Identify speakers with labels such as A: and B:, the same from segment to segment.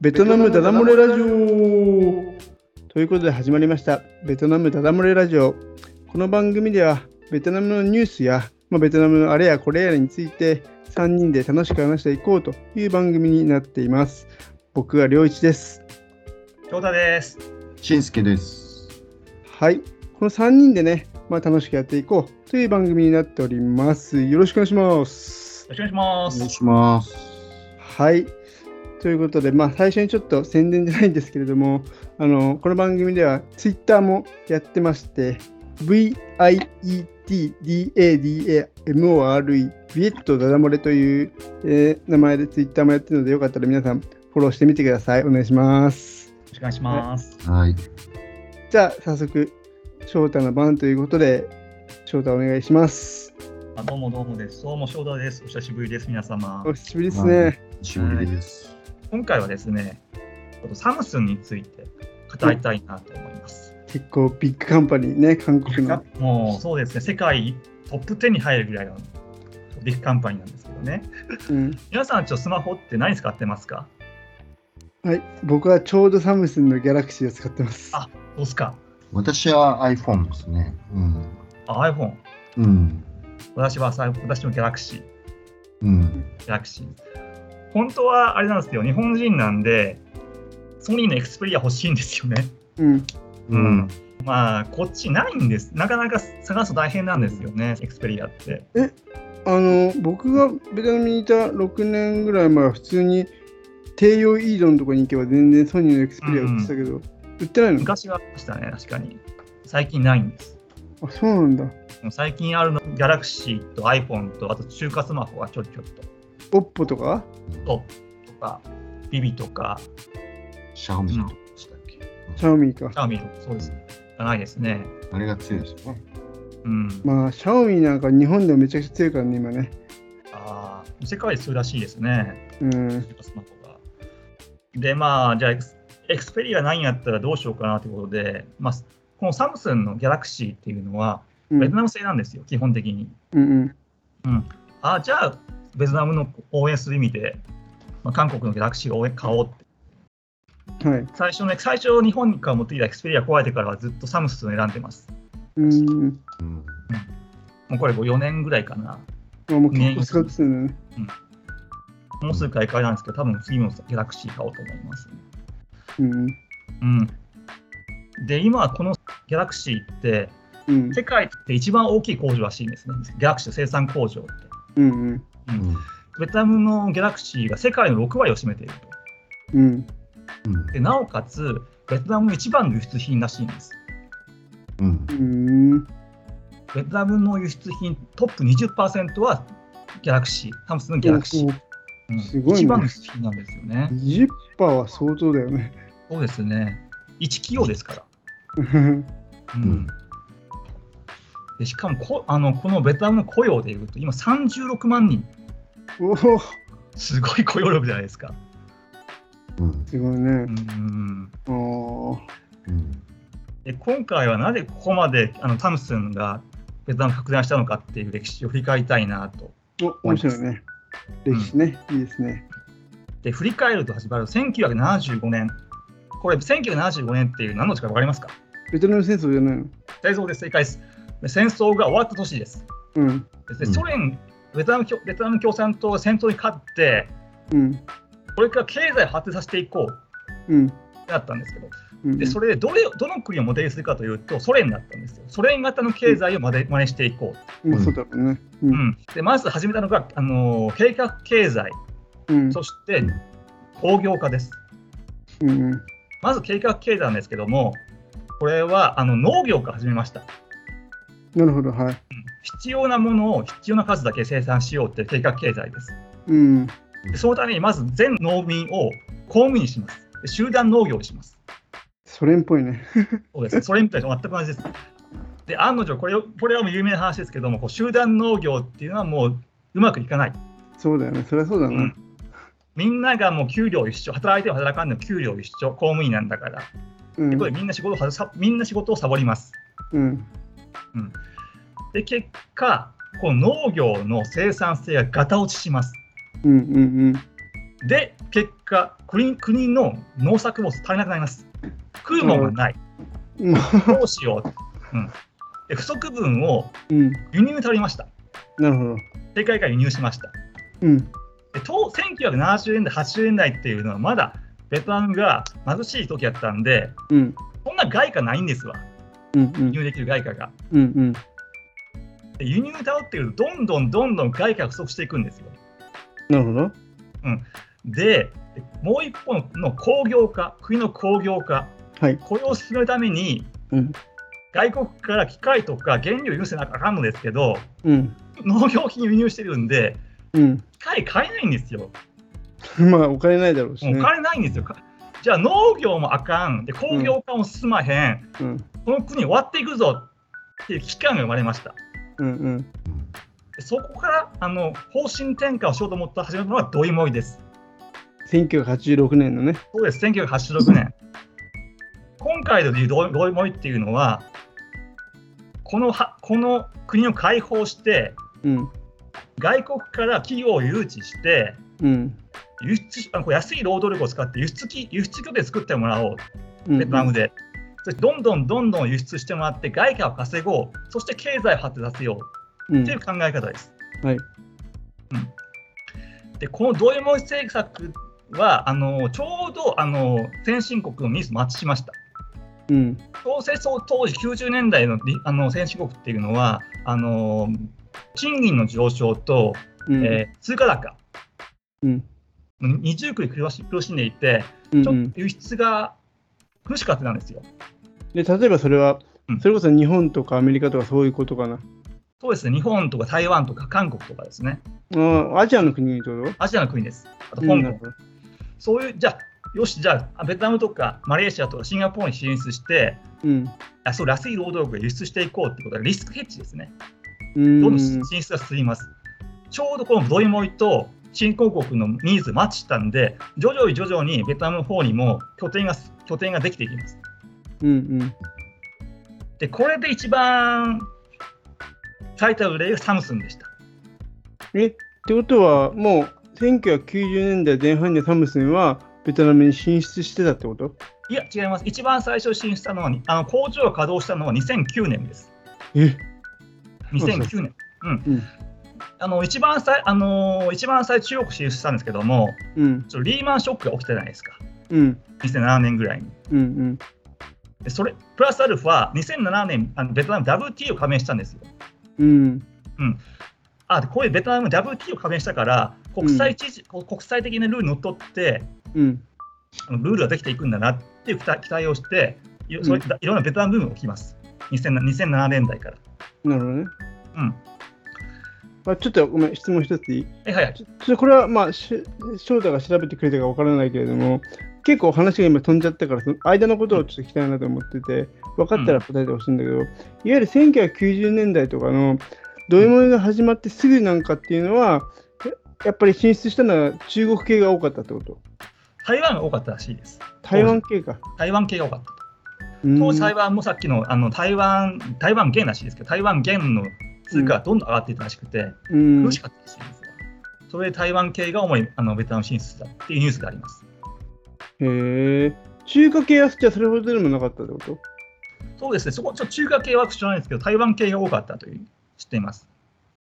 A: ベトナムダダ漏れラジオということで始まりましたベトナムダダ漏れラジオこの番組ではベトナムのニュースや、まあ、ベトナムのあれやこれやらについて3人で楽しく話していこうという番組になっています僕は良一です
B: 翔太です。
C: しんすけです。
A: はいこの3人でね、まあ、楽しくやっていこうという番組になっておりますよろしくお願いします
B: よろしくお願
C: お
B: いし
C: 願
B: ま
C: い
B: す。
C: します。
A: はい。ということで、まあ、最初にちょっと宣伝じゃないんですけれども、あのこの番組では Twitter もやってまして、VIETDADAMORE、ビエットダダ漏れという、えー名前で Twitter もやってるので、よかったら皆さんフォローしてみてください。お願いします。
B: よろしくお願いします。
C: はい。
A: じゃあ、早速、翔太の番ということで、翔太お願いします。
B: あどうもどうもです。どうも翔太です。お久しぶりです、皆様
A: お。久しぶりですね。
C: しぶりです。
B: 今回はですね、ちょっとサムスンについて語りたいなと思います。
A: 結構ビッグカンパニーね、韓国の。
B: もうそうですね、世界トップ10に入るぐらいのビッグカンパニーなんですけどね。
A: うん
B: 皆さん、ちょっとスマホって何使ってますか
A: はい、僕はちょうどサムスンのギャラクシーを使ってます。
B: あどうっすか
C: 私は iPhone ですね。うん。
B: あ ?iPhone。
C: うん。
B: 私はさ私もギャラクシー。
C: うん。
B: ギャラクシー。本当はあれなんですよ、日本人なんで、ソニーのエクスペリア欲しいんですよね。
A: うん、
C: うん。
B: まあ、こっちないんです。なかなか探すと大変なんですよね、エクスペリアって。
A: あの僕がベトナムにいた6年ぐらい前は普通に低用イードンとかに行けば全然ソニーのエクスペリア売ってたけど、売ってないの
B: 昔はありましたね、確かに。最近ないんです。
A: あそうなんだ。
B: 最近あるの、ギャラクシーと iPhone と、あと中華スマホがちょっちょっと、
A: オッポとか
B: ととか、ビビとか、
C: シャオミとかでしたっけ、
A: シャオミか
B: シ。ャオミとか、そうです。がないですね。
C: あれが強いですよね。
B: うん。
A: まあシャオミなんか日本でもめちゃくちゃ強いからね、今ね。
B: あー世界で数らしいですね、
A: うん、
B: 中華スマホが。で、まあ、じゃあエクス、エクスペリアないんやったらどうしようかなということで、まあ、このサムスンのギャラクシーっていうのは、
A: うん、う
B: ベト
A: ん、
B: ナム製なんですよ、基本的に。
A: うん。
B: あじゃあ、ベトナムの応援する意味で、まあ、韓国のギャラクシーを応援買おうって。
A: はい。
B: 最初ね、最初日本から持ってきたエクスペリア壊れてからはずっとサムスンを選んでます。
A: うん、
C: うん。
B: もうこれ4年ぐらいかな。
A: あもう結構使ってたんだね。
B: もうすぐ買い替えなんですけど、多分次のギャラクシー買おうと思います。
A: うん、
B: うん。で、今このギャラクシーって、
A: うん、
B: 世界で一番大きい工場らしいんですね。ギャラクシーの生産工場って。
A: うん、
C: うん。
B: ベトナムのギャラクシーが世界の6割を占めていると。
A: うん、
C: うん
B: でなおかつ、ベトナムの一番の輸出品らしいんです。
C: うん
A: う。ん、
B: ベトナムの輸出品トップ20%はギャラクシー、サムスンのギャラクシー。うん
A: すごいね
B: 一番の輸出品なんですよね。
A: 20%は相当だよね。
B: そうですね。1企業ですから。うん
C: うん
B: でしかもこあの、このベトナムの雇用でいうと、今36万人、
A: おお、
B: すごい雇用力じゃないですか。
C: うん。
A: すごいうね。
B: ん
A: あー
C: うん。
B: で今回はなぜここまであのタムスンがベトナムに拡大したのかっていう歴史を振り返りたいなと。
A: お、面白いね。歴史ね、いいですね。
B: で、振り返ると始まる1975年。これ、1975年っていう何の年か分かりますか
A: ベトナム戦争じゃないの
B: 大蔵です、正解です。戦争が終わった年です。
A: うん、
B: で
C: うん
B: ソ連、ベトナム共ベトナム共産党が戦争に勝って、
A: うん、
B: これから経済を発展させていこう
A: うん、
B: ってなったんですけど、
A: うん。
B: でそれでどれどの国をモデルにするかというと、ソ連だったんですよ。ソ連型の経済をまね真似していこう。
A: まあそうだろうね。う、
B: うんん、でまず始めたのが、あのー計画経済、
A: うん、
B: そして
C: うん
B: 工業化です。
A: うん、
B: まず計画経済なんですけども、これはあの農業から始めました。
A: なるほど、はい。
B: 必要なものを必要な数だけ生産しようっていう計画経済です。
A: うん、
B: でそのためにまず全農民を公務員にします。で集団農業にします。
A: ソ連っぽいね。
B: そ うです。それみたいな全く同じです。で、案の定、これをこれはもう有名な話ですけども、こう集団農業っていうのはもううまくいかない。
A: そうだよね、そりゃそうだ
B: う。
A: なん
B: みんながもう給料一緒、働いても働かんでも給料一緒、公務員なんだから。
A: うん
B: で、これみんな仕事をはさみんな仕事をサボります。
A: うん、
B: で、結果、この農業の生産性がガタ落ちします。
A: うん、うん、
B: で、結果、国国の農作物足りなくなります。食うもんがない。
A: うん
B: どうしよう。うん、で、不足分を
A: うん、
B: 輸入に頼りました。
A: なるほど。
B: 世界から輸入しました。
A: うん、
B: で当1970年代、80年代っていうのは、まだベトナムが貧しい時やったんで、
A: うん、
B: そんな外貨ないんですわ、
A: うん、うん
B: 輸、入できる外貨が。
A: うん、うん、
B: で輸入に頼ってくると、どんどんどんどん外貨が不足していくんですよ。
A: なるほど。
B: で、もう一方の工業化、国の工業化、
A: はい
B: 雇用を進めるために、
A: うん、
B: 外国から機械とか原料を許せなあかんのですけど、
A: うん、
B: 農業品輸入してるんで、
A: うん。
B: 機械買えないんですよ。
A: まあ、お金ないだろうし
B: もう
A: ね。
B: 買えないんですよ。かじゃあ農業もあかん、で工業化も進まへん、
A: うん、
B: この国終わっていくぞっていう危機感が生まれました。
A: うん、うん。
B: でそこからあの方針転換をしようと思った始めたのがドイモイです。
A: 1986年のね。
B: そうです、1986年。今回の理由どうどういう思いっていうのは、このはこの国を解放して、
A: うん、
B: 外国から企業を誘致して、
A: うん、
B: 輸出あこう安い労働力を使って輸出き輸出拠点作ってもらおう、
A: うん。
B: ベトナムで。そしてどんどんどんどん輸出してもらって、外貨を稼ごう、そして経済を発展させよう
A: うん
B: っていう考え方です。
A: はい
B: うんでこの同意文政策はあのちょうどあの先進国のニーズマッチしました。
A: うん、
B: 強制層当時90年代のりあの先進国っていうのはあの賃金の上昇と、
A: うん、
B: えー通貨高
A: うん、
B: 二重苦に苦し苦しんでいて
A: うん
B: ち
A: う
B: ょっ
A: ん
B: と。輸出が苦しかったんですよ。
A: で、例えばそれは
B: うん、
A: それこそ日本とかアメリカとかそういうことかな。
B: そうですね日本とか台湾とか韓国とかですね
A: あーアジアの国にってこと
B: アジアの国ですあと
A: う
B: 香
A: ん
B: 港、
A: なるほど
B: そういうじゃあよしじゃあベトナムとかマレーシアとかシンガポールに進出して
A: うん。
B: あそう安い労働力を輸出していこうってことはリスクヘッジですね。
A: うん
B: どんどん進出が進みます。ちょうどこのドイモイと新興国のニーズマッチしたんで、徐々に徐々にベトナムの方にも拠点が拠点ができていきます。
A: うん
B: で、これで一番最たる例がサムスンでした。
A: うん。え、ってことは、もう1990年代前半でサムスンはベトナムに進出してたってこと
B: いや、違います。一番最初に進出したのは、あの工場を稼働したのは2009年です。
A: え、
B: 2009年。うん、
A: うん
B: あの一番最、あのー一番最初中国進出したんですけども、
A: うん、
B: ちょっとリーマンショックが起きたじゃないですか。
A: うん、
B: 2007年ぐらいに。
A: うん、うん。
B: でそれプラスアルファ、2007年、あのベトナム WT を加盟したんですよ。
A: うん、
B: あでこういうベトナム WT を加盟したから、国際知事、こ国際的なルールにのっとって、
A: うん、
B: あのルールができていくんだなっていう期待期待をして、いろそれ
A: う
B: いろんなベトナムブームが起きます。2007 2007年代から。
A: なるほどね。
B: うん。
A: あちょっとごめん、質問一ついい
B: えはいはい。
A: ちょちょこれは、まあ、し翔太が調べてくれたかわからないけれども、結構話が今飛んじゃったから、その間のことをちょっと聞きたいなと思ってて、分かったら答えてほしいんだけど、いわゆる1990年代とかのドイモイが始まってすぐなんかっていうのは、ややっぱり進出したのは中国系が多かったってこと
B: 台湾が多かったらしいです。
A: 台湾系か。
B: 台湾系が多かった。
A: うん
B: 当時台湾もさっきのあの台湾、台湾元らしいですけど、台湾元の通貨がどんどん上がっていったらしくて、
A: うん
B: 苦しかったらしいんですよ。それで台湾系が主にあのベトナム進出したっていうニュースがあります。
A: へえ。中華系はじゃあそれほどでもなかったってこと
B: そうですね、そこちょっと中華系は知らないですけど、台湾系が多かったという知っています。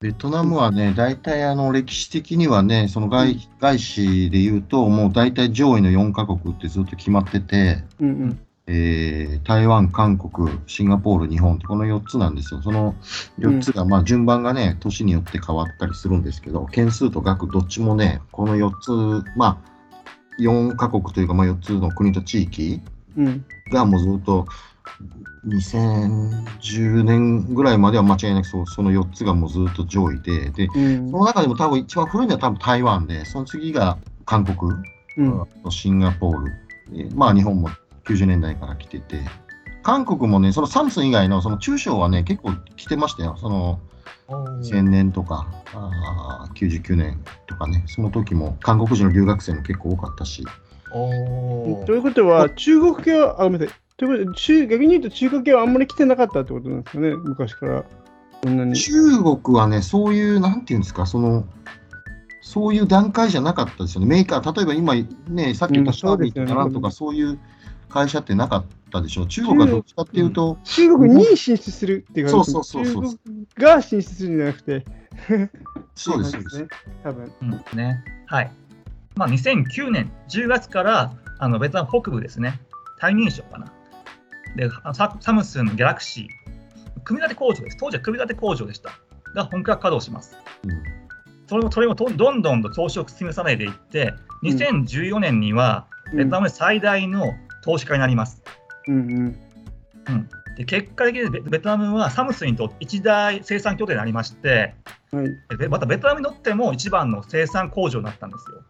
C: ベトナムはね、大体あの歴史的にはね、その外外資で言うと、もう大体上位の4カ国ってずっと決まってて、
A: うん
C: えー台湾、韓国、シンガポール、日本ってこの4つなんですよ。その4つが、まあ順番がね、年によって変わったりするんですけど、件数と額どっちもね、この4つ、まあ4カ国というか、まあ4つの国と地域
A: うん。うん。
C: がもうずっと2010年ぐらいまでは間違いなくそうその4つがもうずっと上位で、で、
A: うん
C: その中でも多分一番古いのは多分台湾で、その次が韓国、
A: うん。
C: シンガポール、えーまあ日本も90年代から来てて、韓国もね、そのサムスン以外のその中小はね、結構来てましたよ。その2000年とか、あー99年とかね、その時も韓国人の留学生も結構多かったし、
B: お
A: ということは、中国系は、あ、ごめんなさい。ということで、中逆に言うと中華系はあんまり来てなかったってことなんですかね、昔から。そんなに。
C: 中国はね、そういう、なんていうんですか、その、そういう段階じゃなかったですよね。メーカー、例えば今、ね、さっき言った
A: うん
C: シャ
A: そ
C: ー
A: うで
C: ビ
A: す
C: ー
A: よね
C: とかなんとか、そういう会社ってなかったでしょう。中国はどっちかっていうと、
A: 中国に進出するっていう感じ
C: そうそうそうそう
A: 中国が進出するんじゃなくて、
C: そうで
A: そ
C: す、そう
A: で
C: うですす
A: ね。。多分。
B: うんねはいまあ、2009年10月からあのベトナム北部ですね、タイミン省かな。でササムスン、ギャラクシー、組み立て工場です。当時は組み立て工場でした。が本格稼働します。それもそれもどんどんどんどん投資を積み重ねていって、
A: うん
B: 2014年にはベトナム最大の投資家になります。
A: うんうん
B: で結果的にベベトナムはサムスンにとって一大生産拠点になりまして、
A: うん。はい。
B: でまたベトナムにとっても一番の生産工場になったんですよ。
A: う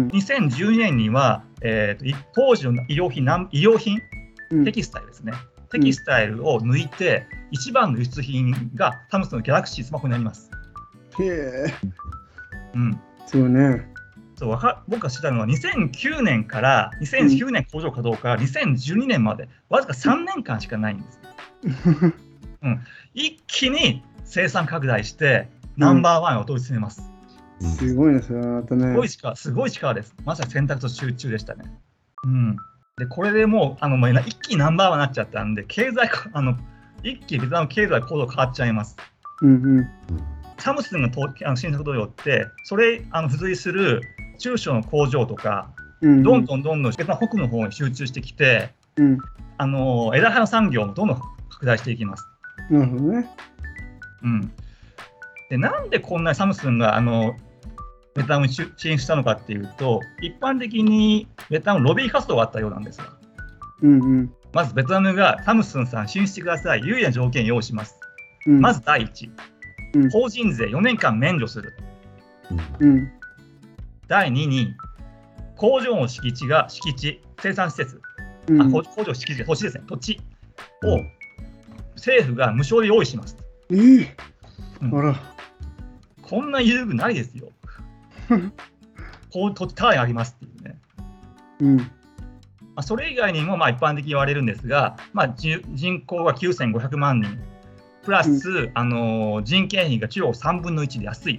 A: ん
B: 2012年には、えーとい当時の医療品なん医療品
A: うん
B: テキスタイルですね、テキスタイルを抜いて一番の輸出品がサムスンのギャラクシースマホになります。
A: へえ。
B: うん
A: そうね。
B: そうわか僕が知ったのは2009年から2009年工場稼働から2012年までわずか3年間しかないんです。一気に生産拡大してナンバーワンを取り詰めます。
C: うん
A: すごいね、それはまたね。
B: すごい力、すごい力です。まさに選択と集中でしたね。うん。で、これでもう、あの、もう一気にナンバーワンになっちゃったんで、経済、あの、一気にベトナム経済構造変わっちゃいます。
A: うんうん。
B: サムスンのとあの新作同様って、それ、あの、付随する中小の工場とか、
A: うんうん。
B: どんどんどんどんベトナム北部の方に集中してきて、
A: うん。
B: あの、枝葉の産業もどんどん拡大していきます。
A: なるほどね。
B: うん。で、なんでこんなにサムスンが、あの、ベトナムに出進したのかっていうと、一般的にベトナムロビー活動があったようなんですが、
A: うんうん。
B: まずベトナムがサムスンさん進出してください、有利な条件用意します。
A: うん、
B: まず第一
A: うん、
B: 法人税4年間免除する。
A: うん。
B: 第二に、工場の敷地が敷地、生産施設、
A: うん。
B: あ工工場敷地が土地ですね、土地を政府が無償で用意します。
A: ええ
B: うん
A: あら。
B: こんな優遇ないですよ。こう土地単位ありますっていうね。
A: うん。
B: まあ、それ以外にもまあ一般的に言われるんですが、まあ、じ人口が9500万人、プラス、あのー人件費が中国3分の1で安い、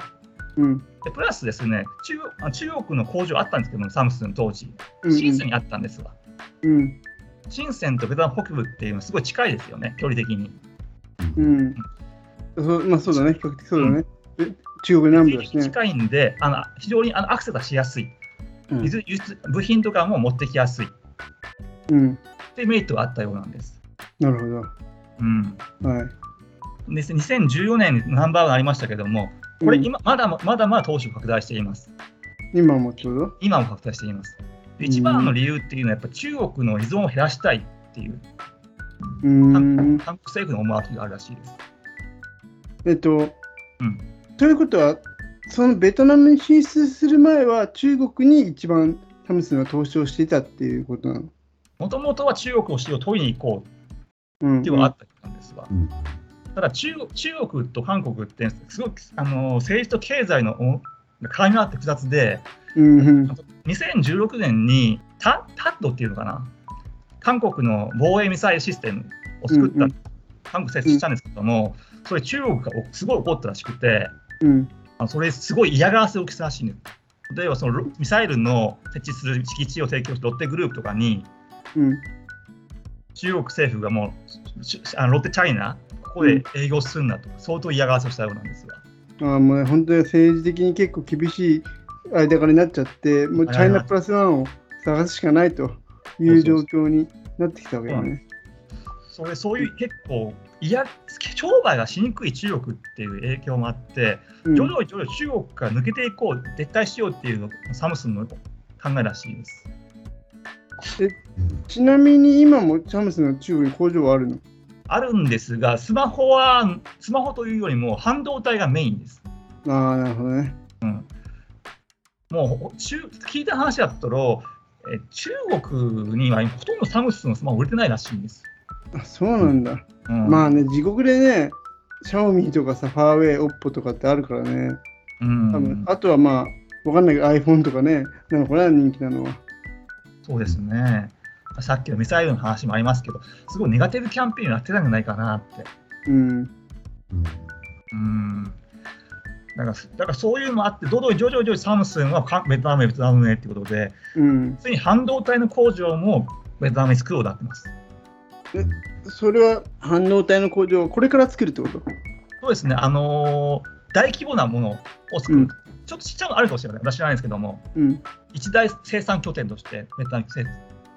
A: うん。
B: でプラスですね中あ中国の工場あったんですけども、サムスン当時、
A: うん
B: 深センにあったんですが、
A: うん。
B: 深センとベトナム北部っていうのはすごい近いですよね、距離的に。
A: うん。そうまあそうだね、比較的そうだね。え中国南部だしね。
B: 近いんで、あの非常にあのアクセスしやすい、
A: うん
B: 輸出輸出部品とかも持ってきやすいっ
A: うん。
B: ていうメリットがあったようなんです。
A: なる
B: うん
A: ほど。はい。
B: で2014年にナンバーワンありましたけども、これ
A: うん
B: 今、まだままだまだ投資を拡大しています。
A: 今もちょうど。
B: 今も拡大しています。で一番の理由っていうのは、やっぱ中国の依存を減らしたいっていう、
A: うー
B: 韓
A: ん
B: 韓。国政府の思惑があるらしいです。
A: えっと、
B: うん
A: ということは、そのベトナムに進出する前は、中国に一番サムスンは投資をしていたっていうことなの。
B: もともとは中国の市を取りに行こう
A: うん
B: っていうのがあったようなんですが、
C: うん
B: ただ中国中国と韓国って、すごくあの政治と経済のお絡みがあって複雑で、
A: うんうん
B: 2016年にタタッドっていうのかな、韓国の防衛ミサイルシステムを作った、
A: うんうん
B: 韓国設置したんですけども、それ中国がおすごい怒ったらしくて、
A: うん
B: あのそれすごい嫌がらせを起きたらしいんです。例えばそのロミサイルの設置する敷地を提供してロッテグループとかに
A: うん
B: 中国政府がもうしあのロッテチャイナここで営業するんだと相当嫌がらせをしたようなんですが
A: あーもうね本当に政治的に結構厳しい間柄になっちゃって、もうチャイナプラスワンを探すしかないという状況になってきたわけだね。
B: それそういう結構いや商売がしにくい中国っていう影響もあって
A: うん
B: 徐々に徐々に中国から抜けていこう、撤退しようっていうのがサムスンの考えらしいです。
A: ちなみに今もサムスンの中国に工場はあるの
B: あるんですが、スマホは、スマホというよりも半導体がメインです。
A: ああ、なるほどね。
B: もう中聞いた話だったら、え中国にはほとんどサムスンのスマホ売れてないらしいんです。
A: あそうなんだ。
B: うん
A: まあね、地獄でね、シャオミとかさ、ファーウェイ、オッポとかってあるからね。
B: うん
A: 多分あとはまあ、わかんないけど iPhone とかね、なんかこれは人気なのは。
B: そうですね。さっきのミサイルの話もありますけど、すごいネガティブキャンペーンになってたんじゃないかなって。
A: うん。
B: うんだからだからそういうのもあって、どんどん徐々に徐々にサムスンはかベトナムへ、ベトナムへってことで、
A: うん、
B: ついに半導体の工場もベトナムに作ろうなってます。
A: それは半導体の工場をこれから作るってこと
B: そうですね、あのー大規模なものを作る、
A: うん
B: ちょっとちっちゃいのあるかもしれない、私知らないんですけども、
A: うん。
B: 一大生産拠点としてベトナムに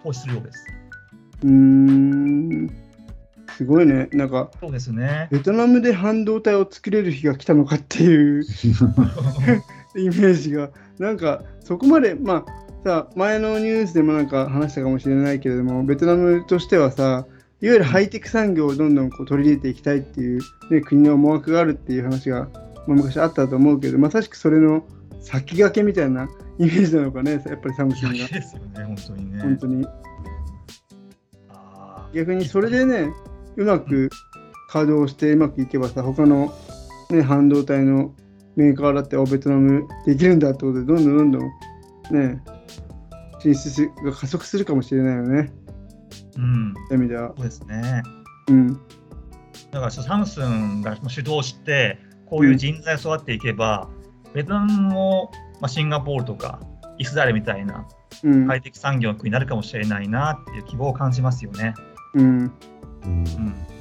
B: 投資するようです。
A: うーん。すごいね。なんか、
B: そうですね。
A: ベトナムで半導体を作れる日が来たのかっていうイメージが、なんか、そこまで、まあ、さ、前のニュースでもなんか話したかもしれないけれども、ベトナムとしてはさ、いわゆるハイテク産業をどんどんこう取り入れていきたいっていう、ね、国の思惑があるっていう話が、まあ、昔あったと思うけど、まさしくそれの先駆けみたいなイメージなのかね、やっぱりサムスン
B: い
A: が
B: や、。ですよね、本当にね。
A: 本当に。
B: あー
A: 逆にそれでねうまく稼働してうまくいけばさ他の、ね、半導体のメーカーだっておベトナムできるんだってことでどんどんどんどんね進出が加速するかもしれないよね
B: うん、
A: そういう意味では
B: そうですね。
A: うん
B: だからサムスンが主導して、こういう人材を育っていけば、ベトナムも、まあ、シンガポールとかイスラエルみたいな
A: うん、
B: 快適産業の国になるかもしれないなっていう希望を感じますよね。
A: うん
C: うん
B: うん